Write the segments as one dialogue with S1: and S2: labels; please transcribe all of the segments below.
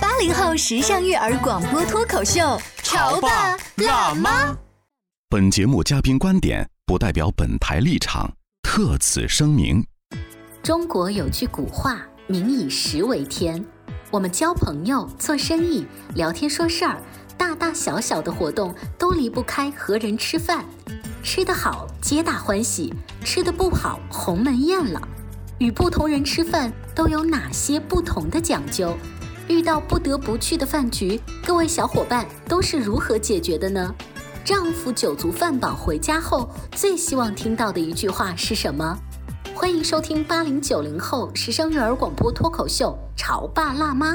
S1: 八零后时尚育儿广播脱口秀，潮爸
S2: 辣妈。
S3: 本节目嘉宾观点不代表本台立场，特此声明。
S4: 中国有句古话：“民以食为天。”我们交朋友、做生意、聊天说事儿，大大小小的活动都离不开和人吃饭。吃得好，皆大欢喜；吃得不好，鸿门宴了。与不同人吃饭都有哪些不同的讲究？遇到不得不去的饭局，各位小伙伴都是如何解决的呢？丈夫酒足饭饱回家后，最希望听到的一句话是什么？欢迎收听八零九零后时尚育儿广播脱口秀《潮爸辣妈》，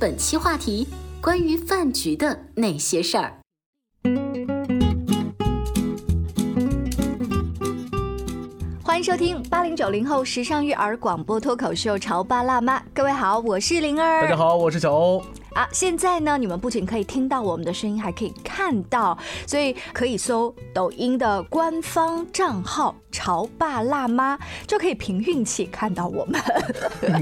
S4: 本期话题关于饭局的那些事儿。
S1: 欢迎收听八零九零后时尚育儿广播脱口秀《潮爸辣妈》。各位好，我是灵儿。
S5: 大家好，我是小欧。
S1: 啊！现在呢，你们不仅可以听到我们的声音，还可以看到，所以可以搜抖音的官方账号“潮爸辣妈”，就可以凭运气看到我们。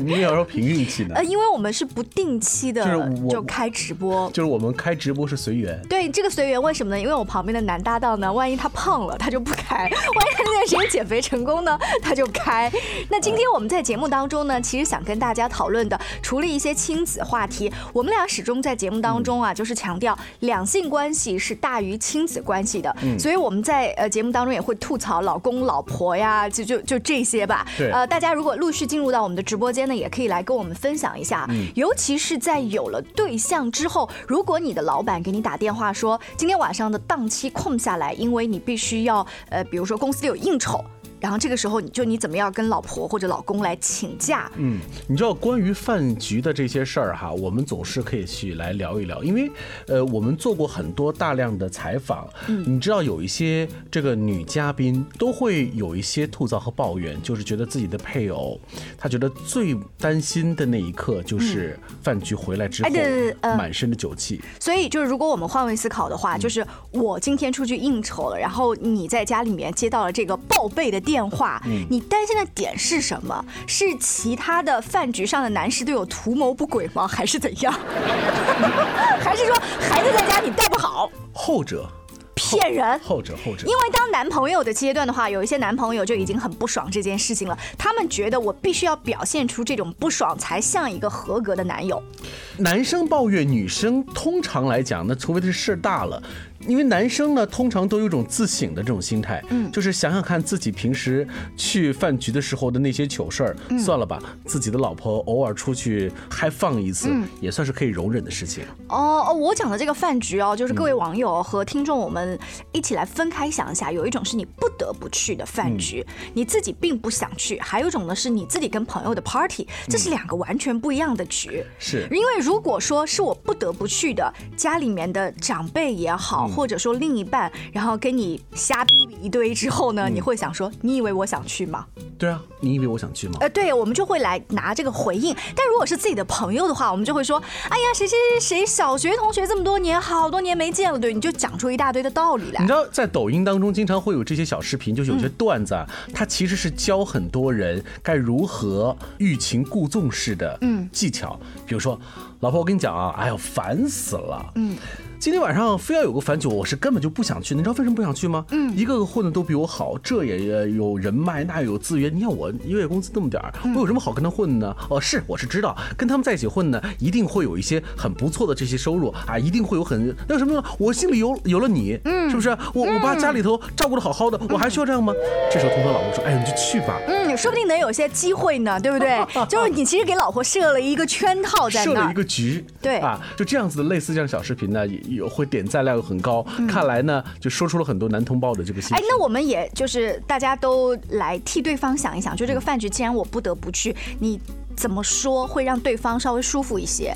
S5: 你有时候凭运气呢
S1: 呃，，因为我们是不定期的
S5: 就是我
S1: 就开直播。
S5: 就是我们开直播是随缘。
S1: 对这个随缘，为什么呢？因为我旁边的男搭档呢，万一他胖了，他就不开； 万一他那段时间减肥成功呢，他就开。那今天我们在节目当中呢，其实想跟大家讨论的，除了一些亲子话题，我们俩始终在节目当中啊，就是强调两性关系是大于亲子关系的，所以我们在呃节目当中也会吐槽老公、老婆呀，就就就这些吧。
S5: 对
S1: 呃，大家如果陆续进入到我们的直播间呢，也可以来跟我们分享一下，尤其是在有了对象之后，如果你的老板给你打电话说今天晚上的档期空下来，因为你必须要呃，比如说公司里有应酬。然后这个时候，你就你怎么样跟老婆或者老公来请假？
S5: 嗯，你知道关于饭局的这些事儿哈，我们总是可以去来聊一聊，因为呃，我们做过很多大量的采访，
S1: 嗯
S5: 你知道有一些这个女嘉宾都会有一些吐槽和抱怨，就是觉得自己的配偶，她觉得最担心的那一刻就是饭局回来之
S1: 嗯
S5: 后
S1: 哎对对对呃
S5: 满身的酒气，
S1: 所以就是，如果我们换位思考的话，就是我今天出去应酬了，然后你在家里面接到了这个报备的电话，你担心的点是什么？是其他的饭局上的男士对我图谋不轨吗？还是怎样？ 还是说孩子在家你带不好？
S5: 后者，
S1: 骗人！
S5: 后者，后者
S1: 因。为当男朋友的阶段的话，有一些男朋友就已经很不爽这件事情了，他们觉得我必须要表现出这种不爽，才像一个合格的男友。
S5: 男生抱怨女生，通常来讲呢，除非这事儿大了，因为男生呢通常都有一种自省的这种心态，嗯，就是想想看自己平时去饭局的时候的那些糗事儿，算了吧，自己的老婆偶尔出去嗨放一次，也算是可以容忍的事情。
S1: 哦哦，我讲的这个饭局哦，就是各位网友和听众，我们一起来分开想一下，有一种是你不得不去的饭局，你自己并不想去；还有一种呢是你自己跟朋友的 party，这是两个完全不一样的局。
S5: 是
S1: 因为如果说是我不得不去的，家里面的长辈也好，或者说另一半，然后跟你瞎逼逼一堆之后呢，你会想说，你以为我想去吗？
S5: 对啊，你以为我想去吗？
S1: 呃，对，我们就会来拿这个回应。但如果是自己的朋友的话，我们就会说，哎呀，谁谁谁谁，小学同学这么多年，好多年没见了，对，你就讲出一大堆的道理来
S5: 你知。道，在抖音当中经常会有这些小视频，就是有些段子啊，它其实是教很多人该如何欲擒故纵式的技巧。比如说，老婆，我跟你讲啊，哎呦，烦死了。嗯，今天晚上非要有个反酒，我是根本就不想去。你知道为什么不想去吗？嗯，一个个混的都比我好，这也有人脉，那也有资源。你看我月月工资那么点儿，我有什么好跟他混呢？哦，是我是知道，跟他们在一起混呢，一定会有一些很不错的这些收入啊，一定会有很那什么呢？我心里有有了你，嗯，是不是？我我把家里头照顾的好好的，我还需要这样吗？这时候通常老婆说：“哎，你就去吧。”
S1: 嗯，说不定能有些机会呢，对不对？ 就是你其实给老婆设了一个圈套嗯在
S5: 设
S1: 那
S5: 了一
S1: 儿。
S5: 个局，
S1: 对
S5: 啊，就这样子的类似这样小视频呢，也也会点赞量很高。看来呢，就说出了很多男同胞的这个心
S1: 嗯哎
S5: 声。，
S1: 那我们也就是大家都来替对方想一想，就这个饭局，既然我不得不去，你怎么说会让对方稍微舒服一些？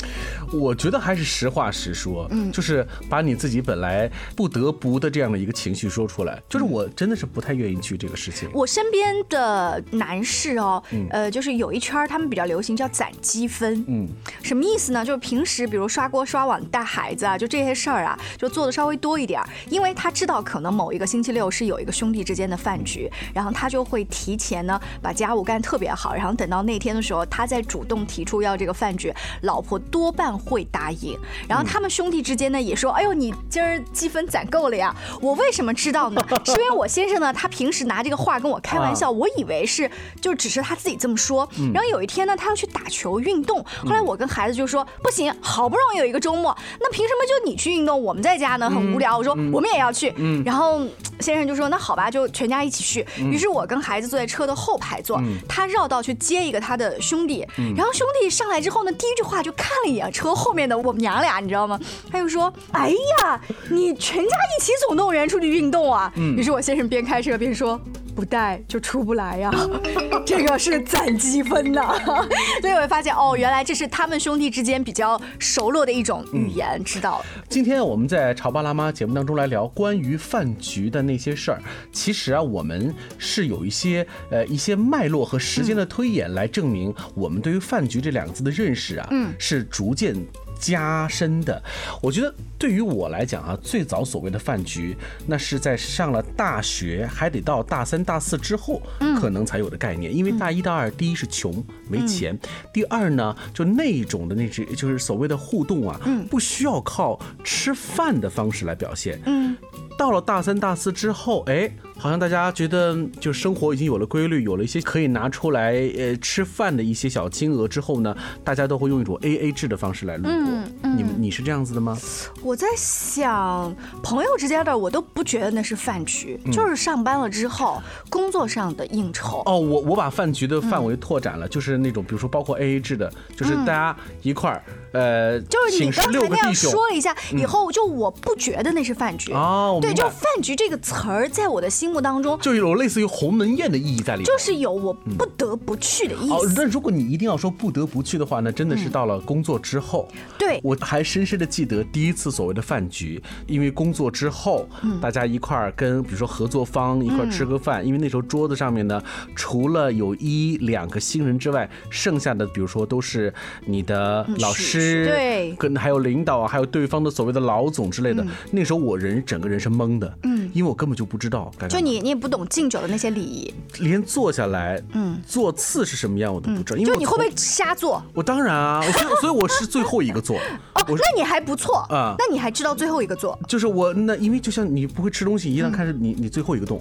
S5: 我觉得还是实话实说，嗯，就是把你自己本来不得不的这样的一个情绪说出来。就是我真的是不太愿意去这个事情。
S1: 我身边的男士哦，呃，就是有一圈儿他们比较流行叫攒积分，嗯，什么意思呢？就是平时比如刷锅、刷碗、带孩子啊，就这些事儿啊，就做的稍微多一点儿，因为他知道可能某一个星期六是有一个兄弟之间的饭局，然后他就会提前呢把家务干得特别好，然后等到那天的时候，他再主动提出要这个饭局，老婆多半会答应。然后他们兄弟之间呢也说，哎呦，你今儿积分攒够了呀？我为什么知道呢？是因为我先生呢，他平时拿这个话跟我开玩笑，我以为是就只是他自己这么说。然后有一天呢，他要去打球运动，后来我跟孩子就说，不行，好不容易有一个周末，那凭什么就你去运动，我们在家呢很无聊？我说我们也要去。然后先生就说那好吧，就全家一起去。于是我跟孩子坐在车的后排座，他绕道去接一个他的兄弟，然后兄弟上来之后呢，第一句话就看了一眼车后面的我们娘俩，你知道吗？他就说：“哎呀，你全家一起总动员出去运动啊！”于是我先生边开车边说。不带就出不来呀、 这个是攒积分的， 所以我会发现哦，原来这是他们兄弟之间比较熟络的一种语言，
S5: 嗯
S1: 知道了。
S5: 今天我们在《潮爸辣妈》节目当中来聊关于饭局的那些事儿。其实啊，我们是有一些呃一些脉络和时间的推演来证明我们对于饭局这两个字的认识啊，嗯，是逐渐。加深的，我觉得对于我来讲啊，最早所谓的饭局，那是在上了大学，还得到大三、大四之后，可能才有的概念。因为大一、大二，第一是穷没钱，第二呢，就那一种的那只就是所谓的互动啊，不需要靠吃饭的方式来表现。嗯，到了大三、大四之后，哎，好像大家觉得就生活已经有了规律，有了一些可以拿出来呃吃饭的一些小金额之后呢，大家都会用一种 A A 制的方式来路过。你们你是这样子的吗？
S1: 我在想，朋友之间的我都不觉得那是饭局，就是上班了之后工作上的应酬。
S5: 嗯哦，我我把饭局的
S1: 嗯
S5: 范围拓展了，就是那种比如说包括 A A 制的，就是大家一块儿、呃，
S1: 就是你刚
S5: 请十
S1: 才
S5: 六个
S1: 那样
S5: 弟兄嗯
S1: 说了一下，以后就我不觉得那是饭局。
S5: 哦，我
S1: 对，
S5: 明
S1: 就
S5: 白嗯
S1: 饭局这个词儿，在我的心目当中，
S5: 就有类似于鸿门宴的意义在里面。
S1: 就是有我不得不去的意
S5: 哦，
S1: 思。
S5: 但如果你一定要说不得不去的话，那真的是到了工作之后。
S1: 对，
S5: 我还深深的记得第一次所谓的饭局，因为工作之后，
S1: 嗯
S5: 大家一块儿跟比如说合作方一块儿吃个饭，因为那时候桌子上面呢，除了有一两个新人之外，剩下的比如说都是你的老
S1: 嗯是
S5: 师，
S1: 是对嗯
S5: 跟还有领导啊，还有对方的所谓的老总之类的。那时候我人整个人是懵的，嗯，因为我根本就不知道该干嘛。
S1: 就你你也不懂敬酒的那些礼仪，
S5: 连坐下来，嗯，坐次是什么样我都不知道，因为
S1: 就
S5: 我
S1: 你会不
S5: 从
S1: 会瞎做？
S5: 我当然啊，我所以所以我是最后一个做，
S1: 哦，
S5: 我是
S1: 那你还不错
S5: 啊
S1: 那你还知道最后一个做。
S5: 就是我那因为就像你不会吃东西一样，看着你你最后一个动，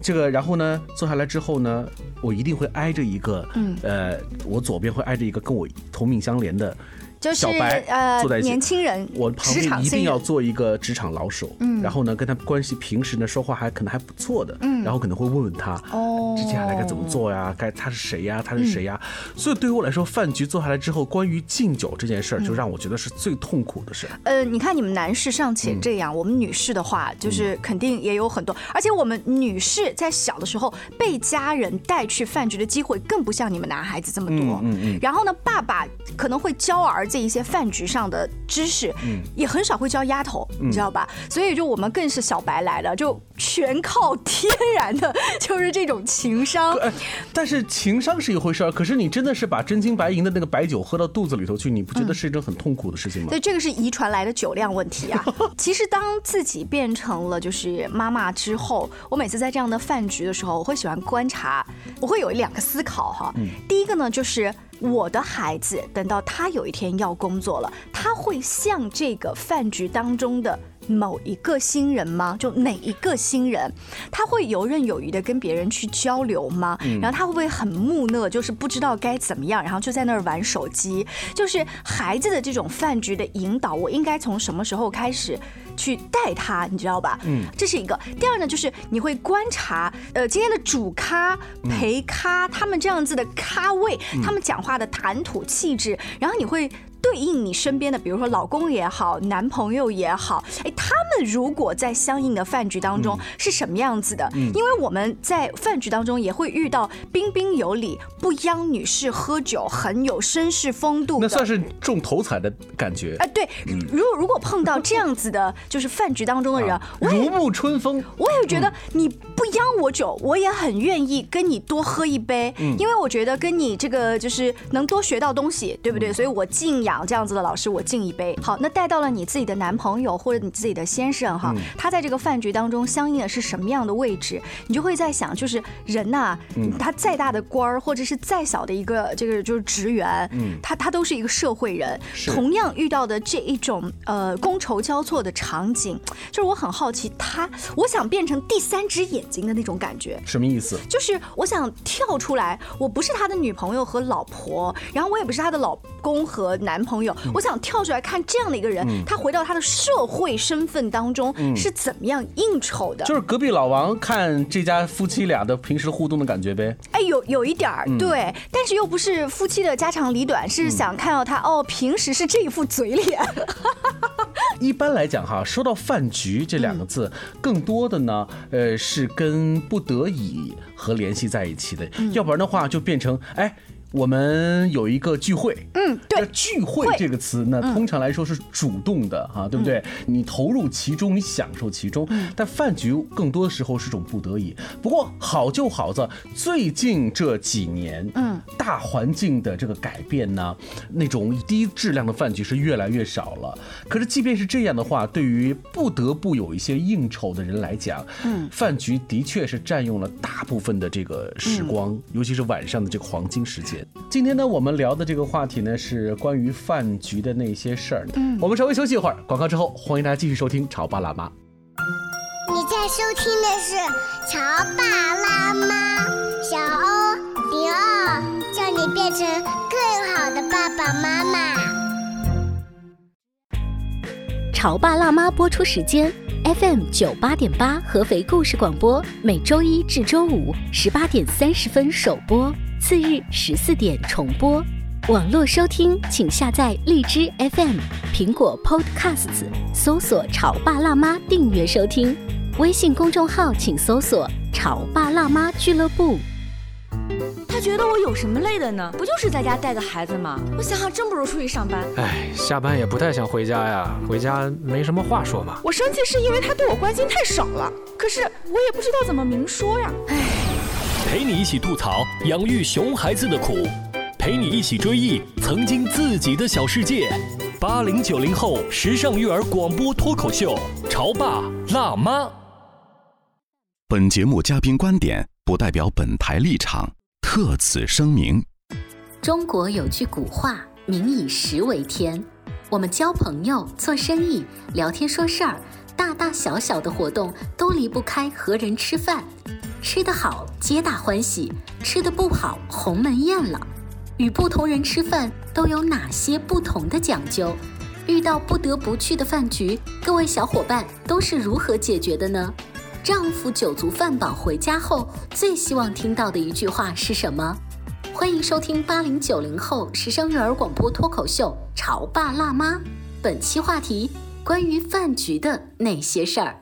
S5: 这个然后呢坐下来之后呢，我一定会挨着一个，嗯，呃，我左边会挨着一个跟我同命相连的
S1: 就是
S5: 小白
S1: 呃
S5: 坐在一起，
S1: 年轻人
S5: 我旁
S1: 职场
S5: 边一
S1: 新
S5: 定要
S1: 人
S5: 做一个职场老手，嗯，然后呢跟他关系平时呢说话还可能还不错的，嗯，然后可能会问问他，
S1: 哦嗯
S5: 接下来该怎么做呀？该他是谁呀？他是谁呀？所以对于我来说，饭局坐下来之后，关于敬酒这件事儿，
S1: 嗯
S5: 就让我觉得是最痛苦的事儿。
S1: 呃，你看你们男士尚
S5: 嗯
S1: 且这样，我们女士的话，就是肯定也有很多，而且我们女士在小的时候被家人带去饭局的机会，更不像你们男孩子这么多。
S5: 嗯嗯
S1: 然后呢，爸爸可能会教儿子一些饭局上的知识，
S5: 嗯
S1: 也很少会教丫头，你知道吧？所以就我们更是小白来了，就全靠天然的，就是这种情商。
S5: 哎，但是情商是一回事儿，可是你真的是把真金白银的那个白酒喝到肚子里头去，你不觉得是一种很痛苦的事情吗？
S1: 嗯对，这个是遗传来的酒量问题啊。其实当自己变成了就是妈妈之后，我每次在这样的饭局的时候，我会喜欢观察我会有两个思考哈。第一个呢，就是我的孩子等到他有一天要工作了，他会像这个饭局当中的。某一个新人吗？就哪一个新人，他会游刃有余的跟别人去交流吗？然后他会不会很木讷，就是不知道该怎么样，然后就在那儿玩手机？就是孩子的这种饭局的引导，我应该从什么时候开始去带他？你知道吧？嗯，这是一个。第二呢，就是你会观察，呃，今天的主咖、陪咖，他们这样子的咖位，他们讲话的谈吐气质，然后你会。对应你身边的，比如说老公也好，男朋友也好，哎，他们如果在相应的饭局当
S5: 嗯
S1: 中是什么样子的？因为我们在饭局当中也会遇到彬彬有礼、不央女士喝酒、很有绅士风度的，
S5: 那算是中头彩的感觉
S1: 哎，，对，如果如果碰到这样子的，就是饭局当中的人，我
S5: 啊如
S1: 也
S5: 沐春风。
S1: 我也觉得你不央我酒，我也很愿意跟你多喝一杯，因为我觉得跟你这个就是能多学到东西，对不对？所以我敬仰这样子的老师，我敬一杯。好，那带到了你自己的男朋友或者你自己的先生哈，他在这个饭局当中相应的是什么样的位置，你就会在想，就是人呐、他再大的官儿或者是再小的一个这个就是职员，他他都是一个社会人，同样遇到的这一种呃觥筹交错的场景，就是我很好奇他，我想变成第三只眼睛的那种感觉。
S5: 什么意思？
S1: 就是我想跳出来，我不是他的女朋友和老婆，然后我也不是他的老公和男朋友，
S5: 嗯
S1: 我想跳出来看这样的一个人，他回到他的社会身份当中是怎么样应酬的。
S5: 嗯就是隔壁老王看这家夫妻俩的平时互动的感觉呗。
S1: 哎，有有一点儿、
S5: 嗯
S1: 对，但是又不是夫妻的家长里短，是想看到他、哦，平时是这一副嘴脸，
S5: 一般来讲哈，说到饭局这两个字，更多的呢，呃，是跟不得已和联系在一起的，要不然的话就变成哎。我们有一个聚会，嗯，
S1: 对
S5: 聚会嗯这个词呢，通常来说是主动的哈、对不对？你投入其中，你享受其中，但饭局更多的时候是种不得已。不过好就好在最近这几年，嗯，大环境的这个改变呢，那种低质量的饭局是越来越少了。可是即便是这样的话，对于不得不有一些应酬的人来讲，嗯，饭局的确是占用了大部分的这个时光，尤其是晚上的这个黄金时间。今天呢，我们聊的这个话题呢是关于饭局的那些事儿。嗯，我们稍微休息一会儿，广告之后，欢迎大家继续收听《潮爸辣妈》。
S6: 你在收听的是《潮爸辣妈》，小欧零二，叫你变成更好的爸爸妈妈。
S4: 《潮爸辣妈》播出时间：FM 九八点八合肥故事广播，每周一至周五十八点三十分首播，次日十四点重播。网络收听，请下载荔枝 FM、苹果 Podcasts，搜索“潮爸辣妈”订阅收听。微信公众号请搜索“潮爸辣妈俱乐部
S7: 他觉得我有什么累的呢？不就是在家带个孩子吗？我想想，真不如出去上班。
S8: 哎，下班也不太想回家呀，回家没什么话说嘛。
S7: 我生气是因为他对我关心太少了，可是我也不知道怎么明说呀。
S9: 陪你一起吐槽养育熊孩子的苦，陪你一起追忆曾经自己的小世界。八零九零后时尚育儿广播脱口秀，《潮爸辣妈》。
S3: 本节目嘉宾观点不代表本台立场，特此声明。”。
S4: 中国有句古话：“民以食为天。”我们交朋友、做生意、聊天说事儿，大大小小的活动都离不开和人吃饭。吃得好，皆大欢喜；吃得不好，鸿门宴了。与不同人吃饭都有哪些不同的讲究？遇到不得不去的饭局，各位小伙伴都是如何解决的呢？丈夫酒足饭饱回家后，最希望听到的一句话是什么？欢迎收听八零九零后时尚育儿广播脱口秀《潮爸辣妈》，本期话题关于饭局的那些事儿。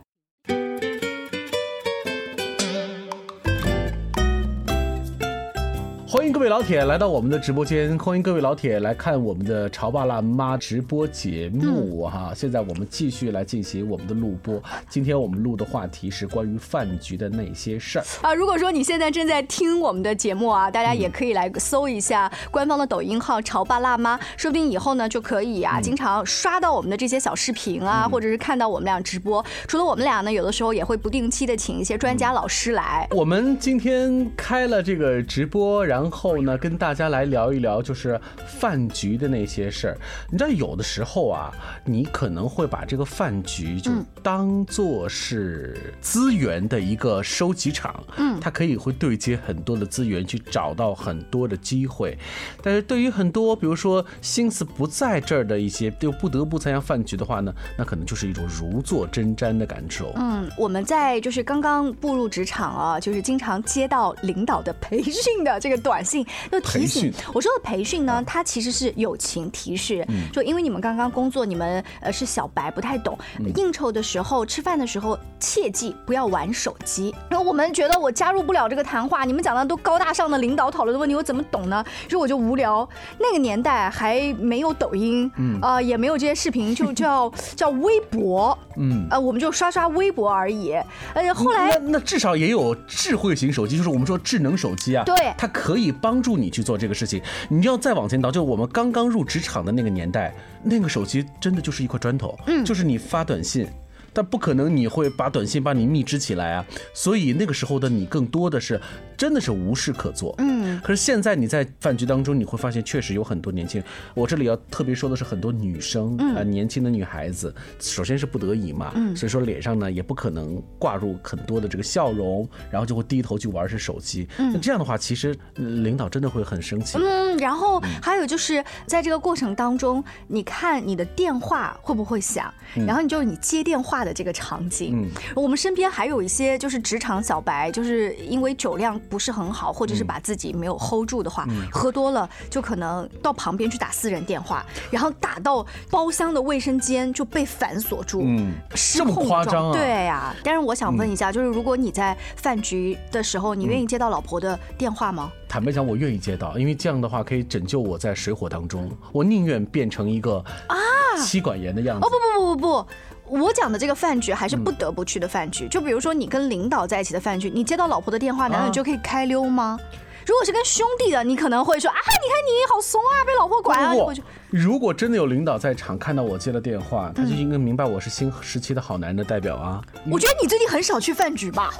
S5: 欢欢迎各位老铁来到我们的直播间，欢迎各位老铁来看我们的《潮爸辣妈》直播节目哈。现在我们继续来进行我们的录播，今天我们录的话题是关于饭局的那些事儿。
S1: 啊，如果说你现在正在听我们的节目啊，大家也可以来搜一下官方的抖音号“潮爸辣妈”，说不定以后呢就可以
S7: 嗯
S1: 啊，经常刷到我们的这些小视频啊，或者是看到我们俩直播。除了我们俩呢，有的时候也会不定期的请一些专
S7: 嗯
S1: 家老师来。
S5: 我们今天开了这个直播，然后呢，跟大家来聊一聊就是饭局的那些事儿。你知道，有的时候啊，你可能会把这个饭局就当做是资源的一个收集场，
S10: 嗯
S5: 它可以会对接很多的资源，去找到很多的机会。但是对于很多比如说心思不在这儿的一些，就不得不参加饭局的话呢，那可能就是一种如坐针毡的感受。
S1: 嗯，我们在就是刚刚步入职场啊，就是经常接到领导的培训的这个短信，就提
S5: 培
S1: 醒
S5: 训
S1: 我说的培训呢，它其实是友情提示，
S5: 嗯
S1: 就因为你们刚刚工作，你们呃是小白，不太懂，
S7: 嗯
S1: 应酬的时候、吃饭的时候，切记不要玩手机。然后我们觉得我加入不了这个谈话，你们讲的都高大上的领导讨论的问题，我怎么懂呢？所以我就无聊。那个年代还没有抖音，
S5: 嗯
S1: 啊、也没有这些视频，就叫叫微博。
S5: 嗯
S1: 呃，我们就刷刷微博而已。呃，后来
S5: 那那至少也有智慧型手机，就是我们说智能手机啊，
S1: 对
S5: 它可以帮助你去做这个事情。你要再往前倒，就我们刚刚入职场的那个年代，那个手机真的就是一块砖头，嗯，就是你发短信。但不可能，你会把短信把你密制起来啊！所以那个时候的你更多的是真的是无事可做。
S10: 嗯
S5: 可是现在你在饭局当中，你会发现确实有很多年轻人。我这里要特别说的是，很多女生
S10: 嗯
S5: 啊、呃年轻的女孩子，首先是不得已嘛，
S10: 嗯
S5: 所以说脸上呢也不可能挂入很多的这个笑容，然后就会低头去玩是手机。
S1: 嗯
S5: 那这样的话，其实呃领导真的会很生气。
S1: 嗯，然后还有就是在这个过程当中，你看你的电话会不会响，
S7: 嗯
S1: 然后你就是你接电话的这个场景。我们身边还有一些就是职场小白，就是因为酒量不是很好，或者是把自己没有 hold 住的话，
S7: 嗯
S1: 喝多了就可能到旁边去打私人电话，然后打到包厢的卫生间就被反锁住。
S5: 嗯，
S1: 失
S5: 这么
S1: 控的
S5: 夸
S1: 状
S5: 张啊？
S1: 对呀、但是我想问一下，就是如果你在饭局的时候，你愿意接到老婆的电话吗？
S5: 坦白讲，我愿意接到，因为这样的话可以拯救我在水火当中。我宁愿变成一个啊妻管严的样子
S1: 哦。不不不不不，我讲的这个饭局还是不得不去的饭局。就比如说你跟领导在一起的饭局，你接到老婆的电话，难道你就可以开溜吗？如果是跟兄弟的，你可能会说啊，你看你好怂啊，被老婆管啊，
S5: 不
S1: 你
S5: 不
S1: 会
S5: 不
S1: 就，
S5: 如果真的有领导在场，看到我接了电话，他就应该明白我是新时期的好男人的代表啊。
S1: 我觉得你最近很少去饭局吧？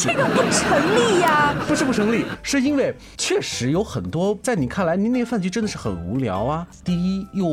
S1: 这个不成立呀、
S5: 不是不成立，是因为确实有很多在你看来，您那个饭局真的是很无聊啊。第一，又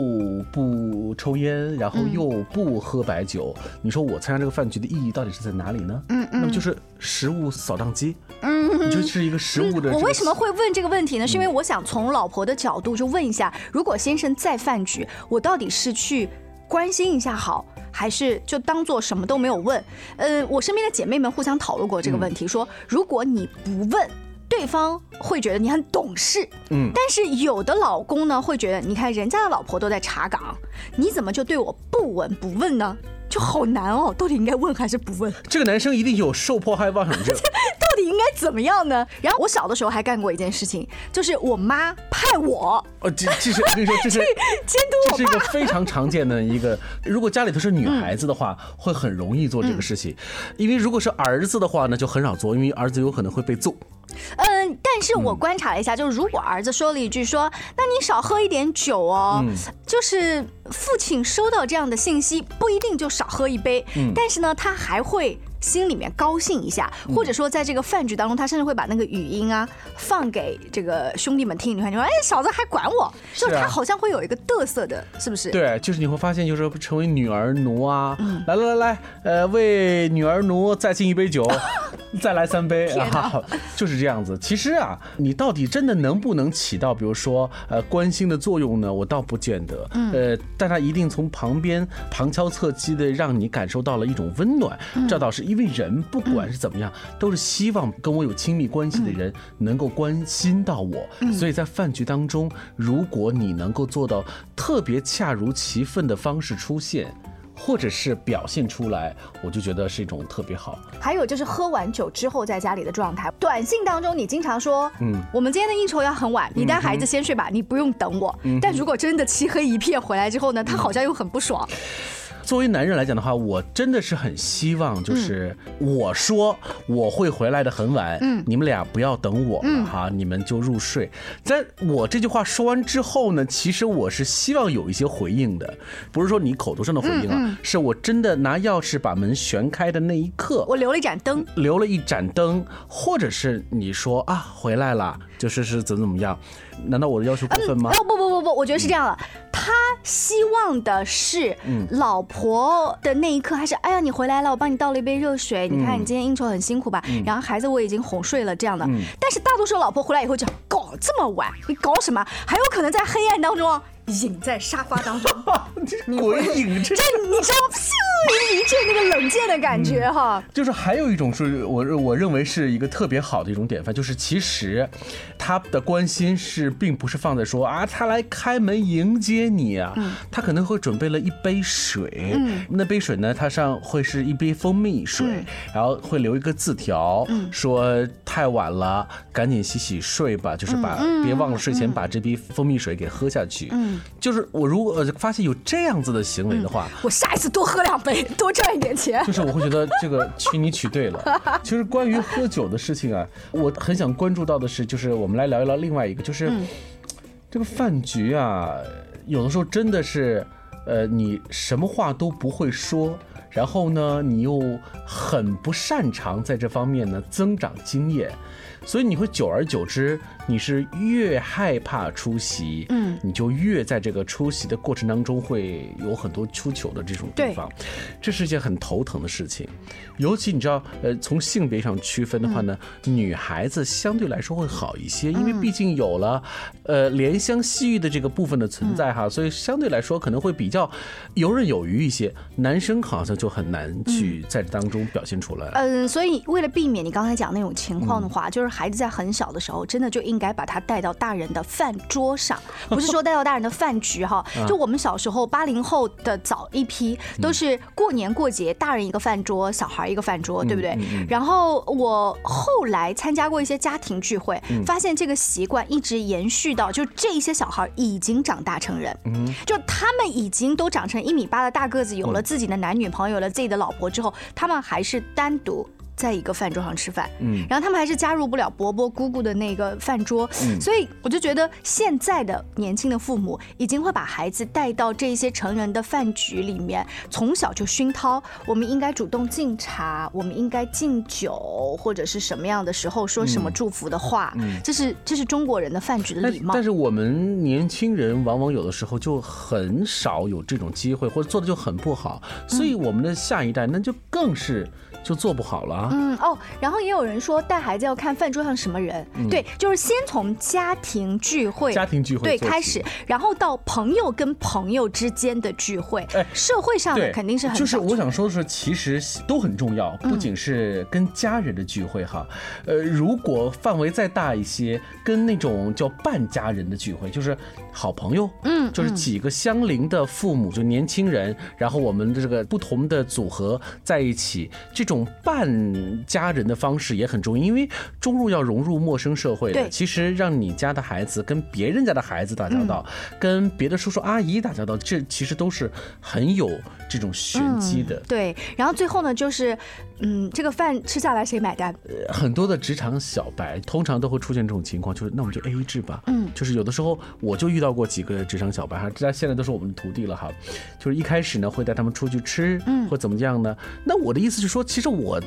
S5: 不抽烟，然后
S10: 嗯
S5: 又不喝白酒，你说我参加这个饭局的意义到底是在哪里呢？
S1: 嗯
S5: 那么就是食物扫荡机，
S1: 嗯
S5: 你就是一个食物的这个。嗯
S1: 我为什么会问这个问题呢？是因为我想从老婆的角度就问一下，如果先生在饭局，我到底是去关心一下好，还是就当做什么都没有问？呃，我身边的姐妹们互相讨论过
S5: 嗯
S1: 这个问题，说如果你不问。对方会觉得你很懂事，
S10: 嗯
S1: 但是有的老公呢会觉得，你看人家的老婆都在查岗，你怎么就对我不闻不问呢？就好难哦，到底应该问还是不问？
S5: 这个男生一定有受迫害妄想 症？
S1: 到底应该怎么样呢？然后我小的时候还干过一件事情，就是我妈派我
S5: 呃，这这是我跟你说，这是
S1: 监督
S5: 这是一个非常常见的一个。如果家里头是女孩子的话，会很容易做这个事情，因为如果是儿子的话呢，就很少做，因为儿子有可能会被揍。
S1: 嗯，但是我观察了一下，就是如果儿子说了一句说，那你少喝一点酒哦，
S10: 嗯
S1: 就是父亲收到这样的信息，不一定就少喝一杯，
S10: 嗯
S1: 但是呢，他还会。心里面高兴一下，或者说在这个饭局当中，他甚至会把那个语音啊放给这个兄弟们听。你看，你说，哎，嫂子还管我，就是
S5: 啊
S1: 他好像会有一个嘚瑟的，是不是？
S5: 对，就是你会发现，就是成为女儿奴啊。来来来来，呃，为女儿奴再敬一杯 酒，再来三杯
S10: 天哪
S5: 啊， 就是这样子。其实啊，你到底真的能不能起到，比如说呃关心的作用呢？我倒不见得。
S10: 嗯
S5: 呃，但它一定从旁边旁敲侧击的让你感受到了一种温暖。
S10: 嗯
S5: 这倒是因为人不管是怎么样，都是希望跟我有亲密关系的人能够关心到我。
S10: 嗯
S5: 所以在饭局当中，如果你能够做到特别恰如其分的方式出现。或者是表现出来，我就觉得是一种特别好。
S1: 还有就是喝完酒之后在家里的状态，短信当中你经常说，嗯，我们今天的应酬要很晚，
S7: 嗯
S1: 你带孩子先睡吧，你不用等我。但如果真的漆黑一片回来之后呢，他好像又很不爽。
S7: 嗯
S5: 作为男人来讲的话，我真的是很希望，就是我说我会回来的很晚，
S1: 嗯
S5: 你们俩不要等我了哈，你们就入睡。但我这句话说完之后呢，其实我是希望有一些回应的，不是说你口头上的回应啊，
S1: 嗯嗯
S5: 是我真的拿钥匙把门旋开的那一刻，
S1: 我留了一盏灯，
S5: 留了一盏灯，或者是你说啊回来了，就是是怎么怎么样？难道我的要求过分吗？
S1: 哦不不不不，我觉得是这样了。他希望的是
S5: 嗯
S1: 老婆的那一刻，还是哎呀你回来了，我帮你倒了一杯热水，你看
S7: 嗯
S1: 你今天应酬很辛苦吧？
S7: 嗯
S1: 然后孩子我已经哄睡了这样的
S7: 嗯。
S1: 但是大多数老婆回来以后就搞这么晚，你搞什么？还有可能在黑暗当中啊隐在沙发当中， 你
S5: 鬼
S1: 会
S5: 影
S1: 这
S5: 这
S1: 你知道 咻一阵那个冷箭的感觉哈。
S5: 就是还有一种是我我认为是一个特别好的一种典范，就是其实他的关心是并不是放在说啊他来开门迎接你啊，他可能会准备了一杯水，
S2: 嗯
S5: 那杯水呢它上会是一杯蜂蜜水，
S2: 嗯
S5: 然后会留一个字条，
S2: 嗯
S5: 说太晚了，赶紧洗洗睡吧，就是把、
S2: 嗯嗯
S5: 别忘了睡前把这杯蜂蜜水给喝下去。
S1: 嗯
S5: 就是我如果发现有这样子的行为的话，
S1: 我下一次多喝两杯，多赚一点钱。
S5: 就是我会觉得这个娶你娶对 了。其实关于喝酒的事情啊，我很想关注到的是，就是我们来聊一聊另外一个，就是
S2: 嗯
S5: 这个饭局啊，有的时候真的是，呃，你什么话都不会说。然后呢，你又很不擅长在这方面呢增长经验，所以你会久而久之，你是越害怕出席，
S2: 嗯
S5: 你就越在这个出席的过程当中会有很多出糗的这种地
S2: 对
S5: 方。这是一件很头疼的事情，尤其你知道，呃，从性别上区分的话呢，女孩子相对来说会好一些，因
S1: 嗯
S5: 为毕竟有了，呃，怜香惜玉的这个部分的存在
S1: 嗯
S5: 哈，所以相对来说可能会比较游刃有余一些。男生好像就很难去在这当中表现出来。
S1: 嗯，所以为了避免你刚才讲那种情况
S7: 嗯
S1: 的话，就是孩子在很小的时候，真的就应该把他带到大人的饭桌 上，不是说带到大人的饭局哈
S7: 啊。
S1: 就我们小时候，八零后的早一批
S7: 嗯
S1: 都是过年过节，大人一个饭桌，小孩一个饭桌，
S7: 嗯
S1: 对不对
S7: 嗯嗯？
S1: 然后我后来参加过一些家庭聚会
S7: 嗯，
S1: 发现这个习惯一直延续到就这一些小孩已经长大成人。
S7: 嗯
S1: 就他们已经都长成一米八的大个子，有了自己的男女朋友，有了自己的老婆之后，他们还是单独。在一个饭桌上吃饭，
S7: 嗯
S1: 然后他们还是加入不了伯伯姑姑的那个饭桌，
S7: 嗯
S1: 所以我就觉得现在的年轻的父母已经会把孩子带到这一些成人的饭局里面，从小就熏陶，我们应该主动敬茶，我们应该敬酒，或者是什么样的时候说什么
S5: 嗯
S1: 祝福的话，
S5: 嗯
S1: 这是这是中国人的饭局的
S5: 但
S1: 礼貌。
S5: 但是我们年轻人往往有的时候就很少有这种机会，或者做的就很不好，
S1: 嗯
S5: 所以我们的下一代那就更是就做不好了啊。
S1: 嗯哦，然后也有人说带孩子要看饭桌上什么人，
S5: 嗯
S1: 对，就是先从家庭聚会、
S5: 家庭聚会
S1: 对
S5: 做起
S1: 开始，然后到朋友跟朋友之间的聚会，社会上的
S5: 哎对，
S1: 肯定是很
S5: 就是
S1: 少
S5: 我想说的是，其实都很重要，
S1: 嗯
S5: 不仅是跟家人的聚会哈，呃，如果范围再大一些，跟那种叫半家人的聚会，就是好朋友，
S2: 嗯
S5: 就是
S2: 嗯
S5: 几个相邻的父母，就年轻人，然后我们的这个不同的组合在一起，这种半家人的方式也很重要，因为中入要融入陌生社会的，
S2: 对
S5: 其实让你家的孩子跟别人家的孩子打交道，
S1: 嗯
S5: 跟别的叔叔阿姨打交道，这其实都是很有这种玄机的。
S1: 嗯。对，然后最后呢，就是嗯，这个饭吃下来谁买单？
S5: 很多的职场小白通常都会出现这种情况，就是那我们就 A A 制吧。
S1: 嗯
S5: 就是有的时候我就遇到过几个职场小白哈，大家现在都是我们的徒弟了哈。就是一开始呢会带他们出去吃，
S2: 嗯
S5: 或怎么样呢？那我的意思是说，其实我。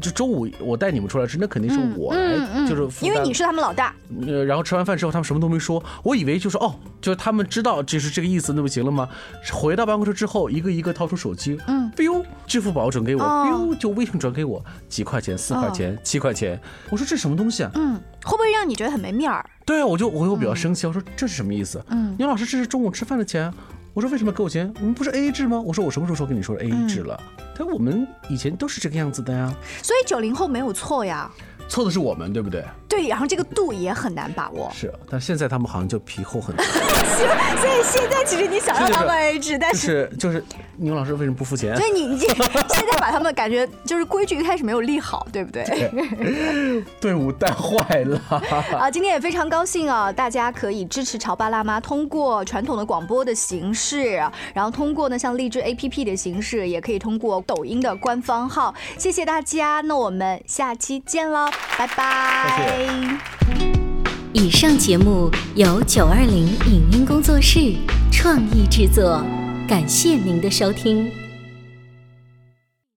S5: 就中午我带你们出来吃，那肯定是
S1: 嗯
S5: 我来，
S1: 嗯嗯
S5: 就是负
S1: 因为
S5: 担
S1: 你是他们老大，
S5: 呃，然后吃完饭之后，他们什么都没说，我以为就是哦，就是他们知道就是这个意思，那不行了吗？回到办公室之后，一个一个掏出手机，
S2: 嗯
S5: ，biu，支付宝转给我
S1: 哦
S5: ，biu 就微信转给我，几块钱，四块钱，七块钱，我说这什么东西啊？
S1: 嗯，会不会让你觉得很没面儿？
S5: 对啊，我就我又比较生气，我说这是什么意思？
S1: 嗯
S5: 牛老师，这是中午吃饭的钱啊。我说为什么要给我钱？我们不是 A A 制吗？我说我什么时候说跟你说 A
S1: 嗯
S5: A 制了？但我们以前都是这个样子的呀，
S1: 所以九零后没有错呀，
S5: 错的是我们，对不对？
S1: 对，然后这个度也很难把握。
S5: 是，但现在 他们好像就皮厚很多。
S1: 所以现在其实你想让他们 A 制，但
S5: 就是就是牛老师为什么不付钱？啊
S1: 所以你你这现在把他们感觉就是规矩一开始没有立好，对不对？
S5: 队伍带坏了。
S1: 啊，今天也非常高兴啊，大家可以支持潮爸辣妈，通过传统的广播的形式，然后通过呢像荔枝 APP 的形式，也可以通过抖音的官方号。谢谢大家，那我们下期见喽，拜拜。
S4: 以上节目由九二零影音工作室创意制作，感谢您的收听。